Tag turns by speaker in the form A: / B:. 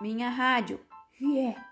A: Minha rádio. Yeah.